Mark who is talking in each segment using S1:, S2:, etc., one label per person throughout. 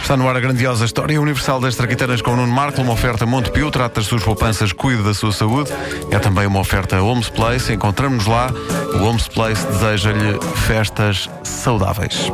S1: Está no ar a grandiosa história universal das traquitanas com o Nuno Marco, uma oferta Montepio, trata das suas poupanças, cuide da sua saúde. É também uma oferta Homes Place, encontramos-nos lá. O Homes Place deseja-lhe festas saudáveis.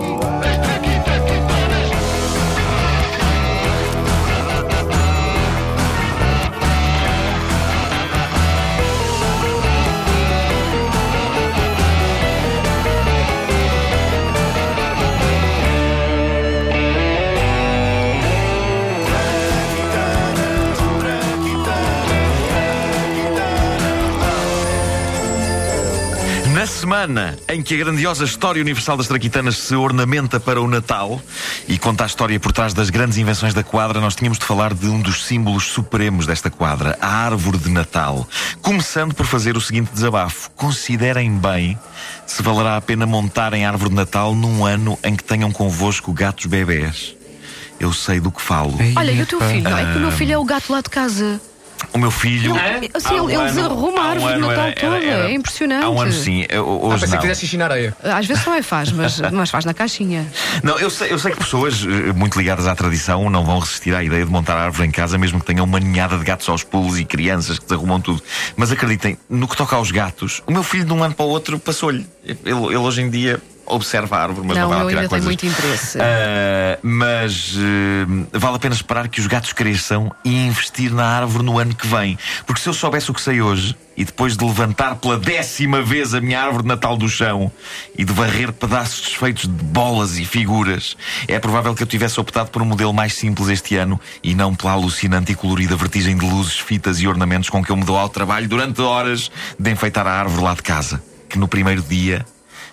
S2: Na semana em que a grandiosa história universal das traquitanas se ornamenta para o Natal e conta a história por trás das grandes invenções da quadra, nós tínhamos de falar de um dos símbolos supremos desta quadra, a árvore de Natal. Começando por fazer o seguinte desabafo: considerem bem se valerá a pena montarem árvore de Natal num ano em que tenham convosco gatos bebés. Eu sei do que falo.
S3: Olha, e o teu
S1: Epa.
S3: filho? É que o meu filho é o gato lá de casa.
S2: O meu filho.
S3: Assim,
S2: há um
S3: eles
S2: ano-
S3: arrumam a
S2: há um
S3: árvore de
S2: ano
S3: Natal
S2: era-
S3: toda.
S2: era- era-
S3: É impressionante.
S2: Há um ano sim, eu-
S4: Ah,
S2: hoje
S4: pensei que
S2: não.
S4: fizesse xixi na areia.
S3: Às vezes também faz, mas, mas faz na caixinha.
S2: Não, eu sei, eu sei que pessoas eh, muito ligadas à tradição não vão resistir à ideia de montar a árvore em casa, mesmo que tenham uma ninhada de gatos aos pulos e crianças que desarrumam tudo. Mas acreditem, no que toca aos gatos, o meu filho de um ano para o outro passou-lhe. Ele, ele hoje em dia observa a árvore, mas não,
S3: não,
S2: vai lá
S3: eu
S2: tirar
S3: ainda tenho
S2: coisas.
S3: muito interesse.
S2: Ah, mas eh, vale a pena esperar que os gatos cresçam e investir na árvore no ano que vem. Porque se eu soubesse o que sei hoje, e depois de levantar pela décima vez a minha árvore de Natal do chão e de varrer pedaços desfeitos de bolas e figuras, é provável que eu tivesse optado por um modelo mais simples este ano e não pela alucinante e colorida vertigem de luzes, fitas e ornamentos com que eu me dou ao trabalho durante horas de enfeitar a árvore lá de casa, que no primeiro dia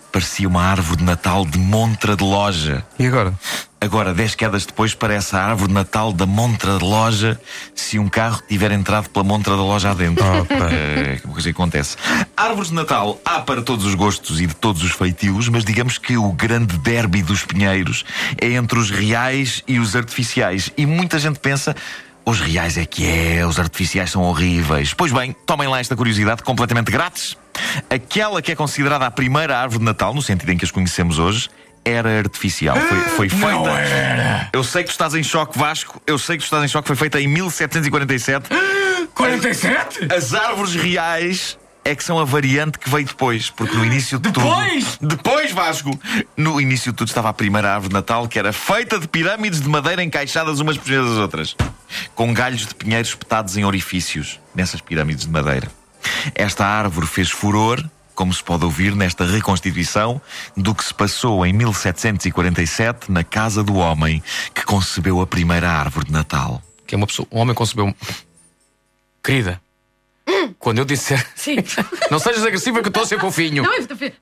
S2: parecia uma árvore de Natal de montra de loja.
S1: E agora?
S2: Agora, dez quedas depois, parece a árvore de natal da montra de loja se um carro tiver entrado pela montra da loja adentro. É uma coisa que acontece. Árvores de Natal há para todos os gostos e de todos os feitios, mas digamos que o grande derby dos pinheiros é entre os reais e os artificiais. E muita gente pensa. Os reais é que é, os artificiais são horríveis. Pois bem, tomem lá esta curiosidade completamente grátis. Aquela que é considerada a primeira árvore de Natal, no sentido em que as conhecemos hoje, era artificial. Foi, foi feita. Eu sei que tu estás em choque, Vasco. Eu sei que tu estás em choque. Foi feita em 1747.
S4: 47?
S2: As árvores reais é que são a variante que veio depois, porque no início de
S4: Depois?
S2: tudo. Depois, Vasco! No início de tudo estava a primeira árvore de Natal, que era feita de pirâmides de madeira encaixadas umas por cima das outras, com galhos de pinheiro espetados em orifícios nessas pirâmides de madeira. Esta árvore fez furor. Como se pode ouvir nesta reconstituição do que se passou em 1747 na casa do homem que concebeu a primeira árvore de Natal.
S5: que é uma pessoa, um homem concebeu. um- Querida, quando eu disser.
S3: Sim. é-
S5: Não sejas agressiva que eu estou a ser fofinho.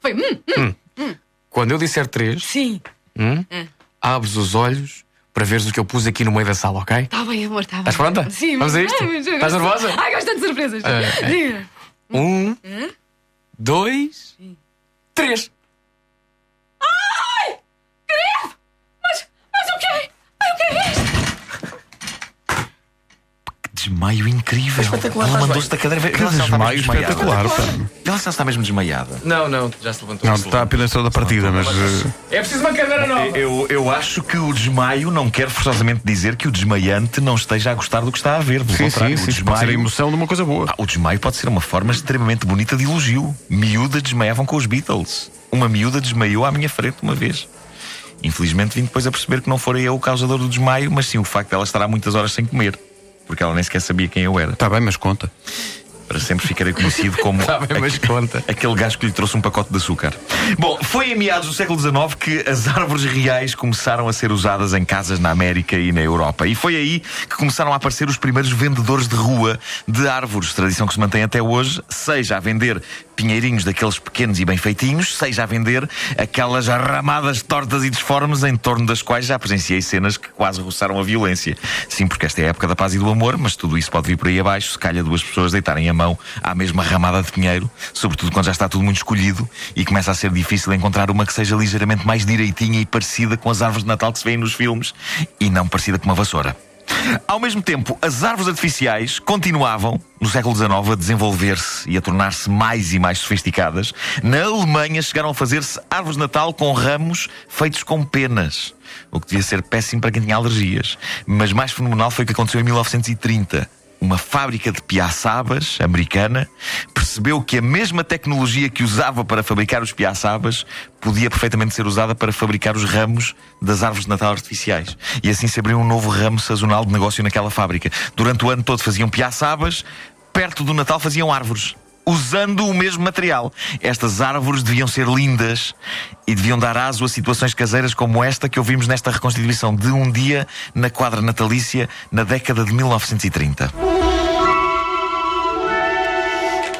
S3: foi. hum,
S5: Quando eu disser três,
S3: sim.
S5: abres os olhos para veres o que eu pus aqui no meio da sala, ok?
S3: Está tá bem, amor, está bem.
S5: Estás pronta?
S3: Sim,
S5: Vamos a
S3: mas-
S5: isto?
S3: Ai, mas eu
S5: Estás
S3: gosto-
S5: nervosa?
S3: Ai, gosto tanto de surpresas.
S5: Ah, ok.
S3: Diga.
S5: Um, dois, três.
S3: Mas o que é? Ai, o que é isto?
S2: Desmaio incrível. Ela mandou-se da cadeira. Vê-
S1: Que tá
S2: Vê lá se ela está mesmo
S1: desmaio
S2: desmaiada.
S1: espetacular. pá.
S2: Vê lá se ela está mesmo desmaiada.
S5: Não, não, já se levantou.
S1: Não,
S5: já se
S1: está apenas toda a partida, mas. eh,
S5: É preciso uma cadeira nova.
S2: Eu, eu acho que o desmaio não quer forçosamente dizer que o desmaiante não esteja a gostar do que está a ver. Pelo
S1: Sim, sim,
S2: contrário,
S1: sim.
S2: o
S1: isso Pode ser a
S2: desmaio.
S1: emoção de uma coisa boa.
S2: Ah, o desmaio pode ser uma forma extremamente bonita de elogio. Miúdas desmaiavam com os Beatles. Uma miúda desmaiou à minha frente uma vez. Infelizmente vim depois a perceber que não fora eu o causador do desmaio, mas sim o facto de ela estar há muitas horas sem comer. Porque ela nem sequer sabia quem eu era.
S1: Está Tá bem, mas conta.
S2: Para sempre ficarei conhecido como
S1: Tá
S5: Está bem, mas conta.
S2: Aquele gajo que lhe trouxe um pacote de açúcar. Bom, foi em meados do século XIX que as árvores reais começaram a ser usadas em casas na América e na Europa. E foi aí que começaram a aparecer os primeiros vendedores de rua de árvores, tradição que se mantém até hoje, seja a vender pinheirinhos daqueles pequenos e bem feitinhos, seja a vender aquelas ramadas tortas e disformes em torno das quais já presenciei cenas que quase roçaram a violência. Sim, porque esta é a época da paz e do amor, mas tudo isso pode vir por aí abaixo, se calhar duas pessoas deitarem a mão à mesma ramada de pinheiro, sobretudo quando já está tudo muito escolhido e começa a ser difícil encontrar uma que seja ligeiramente mais direitinha e parecida com as árvores de Natal que se vêem nos filmes e não parecida com uma vassoura. Ao mesmo tempo, as árvores artificiais continuavam, no século XIX, a desenvolver-se e a tornar-se mais e mais sofisticadas. Na Alemanha chegaram a fazer-se árvores de Natal com ramos feitos com penas. o que devia ser péssimo para quem tinha alergias. Mas mais fenomenal foi o que aconteceu em 1930. Uma fábrica de piaçabas americana percebeu que a mesma tecnologia que usava para fabricar os piaçabas podia perfeitamente ser usada para fabricar os ramos das árvores de Natal artificiais. E assim se abriu um novo ramo sazonal de negócio naquela fábrica. Durante o ano todo faziam piaçabas, perto do Natal faziam árvores usando o mesmo material. Estas árvores deviam ser lindas e deviam dar aso a situações caseiras como esta que ouvimos nesta reconstituição de um dia na quadra natalícia na década de 1930.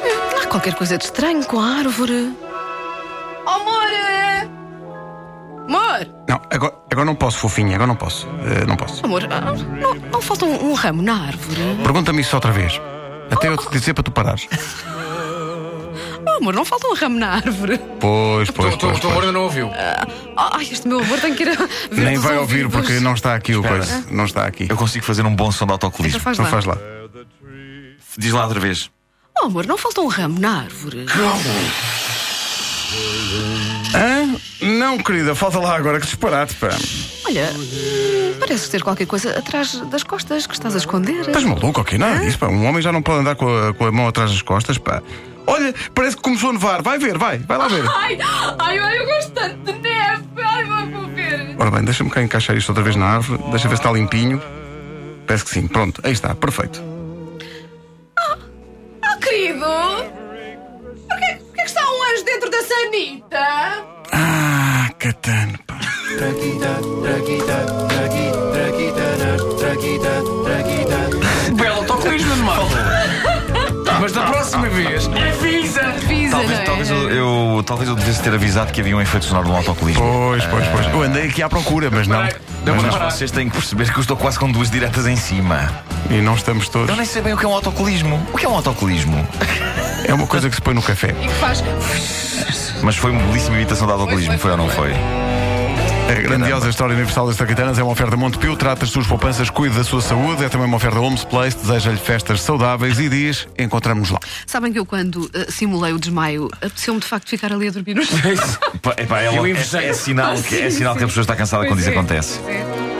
S3: Hum, Há qualquer coisa de estranho com a árvore. Oh, amor! Amor!
S5: Não, agora, agora não posso, fofinha, agora não posso. Eh, não posso.
S3: Amor, ah, não, não falta um, um ramo na árvore?
S1: Pergunta-me isso outra vez. Até eu te dizer para tu parares.
S3: Oh, amor, não falta um ramo na árvore.
S1: Pois,
S5: Tu-
S1: pois,
S5: tu-
S1: pois.
S5: tu
S1: pois.
S5: ainda não ouviu.
S3: Oh, ai, este meu amor tem que ir a ver
S1: Nem
S3: os
S1: vai ouvir
S3: ouvidos.
S1: porque não está aqui o
S2: Espera.
S1: coisa. Não está aqui.
S2: Eu consigo fazer um bom som de
S3: Então
S2: autocolismo.
S3: faz
S1: Então
S3: lá.
S1: faz lá.
S2: Diz lá outra vez.
S3: Oh, amor, não falta um ramo na árvore.
S1: Hã? Não, querida, falta lá agora que disparate, pá.
S3: Olha, hum, parece ter qualquer coisa atrás das costas que estás a esconder.
S1: Estás maluco, ok? Nada disso, pá. Um homem já não pode andar com a, com a mão atrás das costas, pá. Olha, parece que começou a nevar. Vai ver, vai, vai lá ver.
S3: Ai, ai, ai, eu gosto tanto de neve. Ai, vou ver.
S1: Ora bem, deixa-me cá encaixar isto outra vez na árvore. Deixa ver se está limpinho. Parece que sim. Pronto, aí está, perfeito.
S3: Oh, querido, porquê, porquê que está um anjo dentro da sanita?
S1: Ah, Catano, pá.
S5: Belo autocolismo, Marco. Mas da próxima vez, avisa.
S3: Pisa,
S2: Talvez,
S3: não é?
S2: talvez eu, eu- talvez eu devesse ter avisado que havia um efeito sonoro de um autocolismo.
S1: Pois, pois, pois. Eu andei aqui à procura, mas não.
S5: Deu
S2: Mas
S5: para
S2: não,
S5: parar.
S2: vocês têm que perceber que eu estou quase com duas diretas em cima.
S1: E não estamos todos.
S2: Eu nem sei bem o que é um autocolismo. O que é um autocolismo?
S1: É uma coisa que se põe no café.
S3: E que faz.
S2: Mas foi uma belíssima imitação de autocolismo, foi ou não foi?
S1: A grandiosa história universal das Traquitanas é uma oferta Montepio. Trata as suas poupanças, cuida da sua saúde. É também uma oferta Homes Place. Deseja-lhe festas saudáveis e diz: encontramos lá.
S3: Sabem que eu, quando eh, simulei o desmaio, apeteceu-me de facto ficar ali a dormir no chão.
S2: Pá, epá, é,
S5: Eu
S2: logo- é-
S5: invejei.
S2: é sinal, que, é sinal que a pessoa está cansada quando isso acontece.
S3: Sim.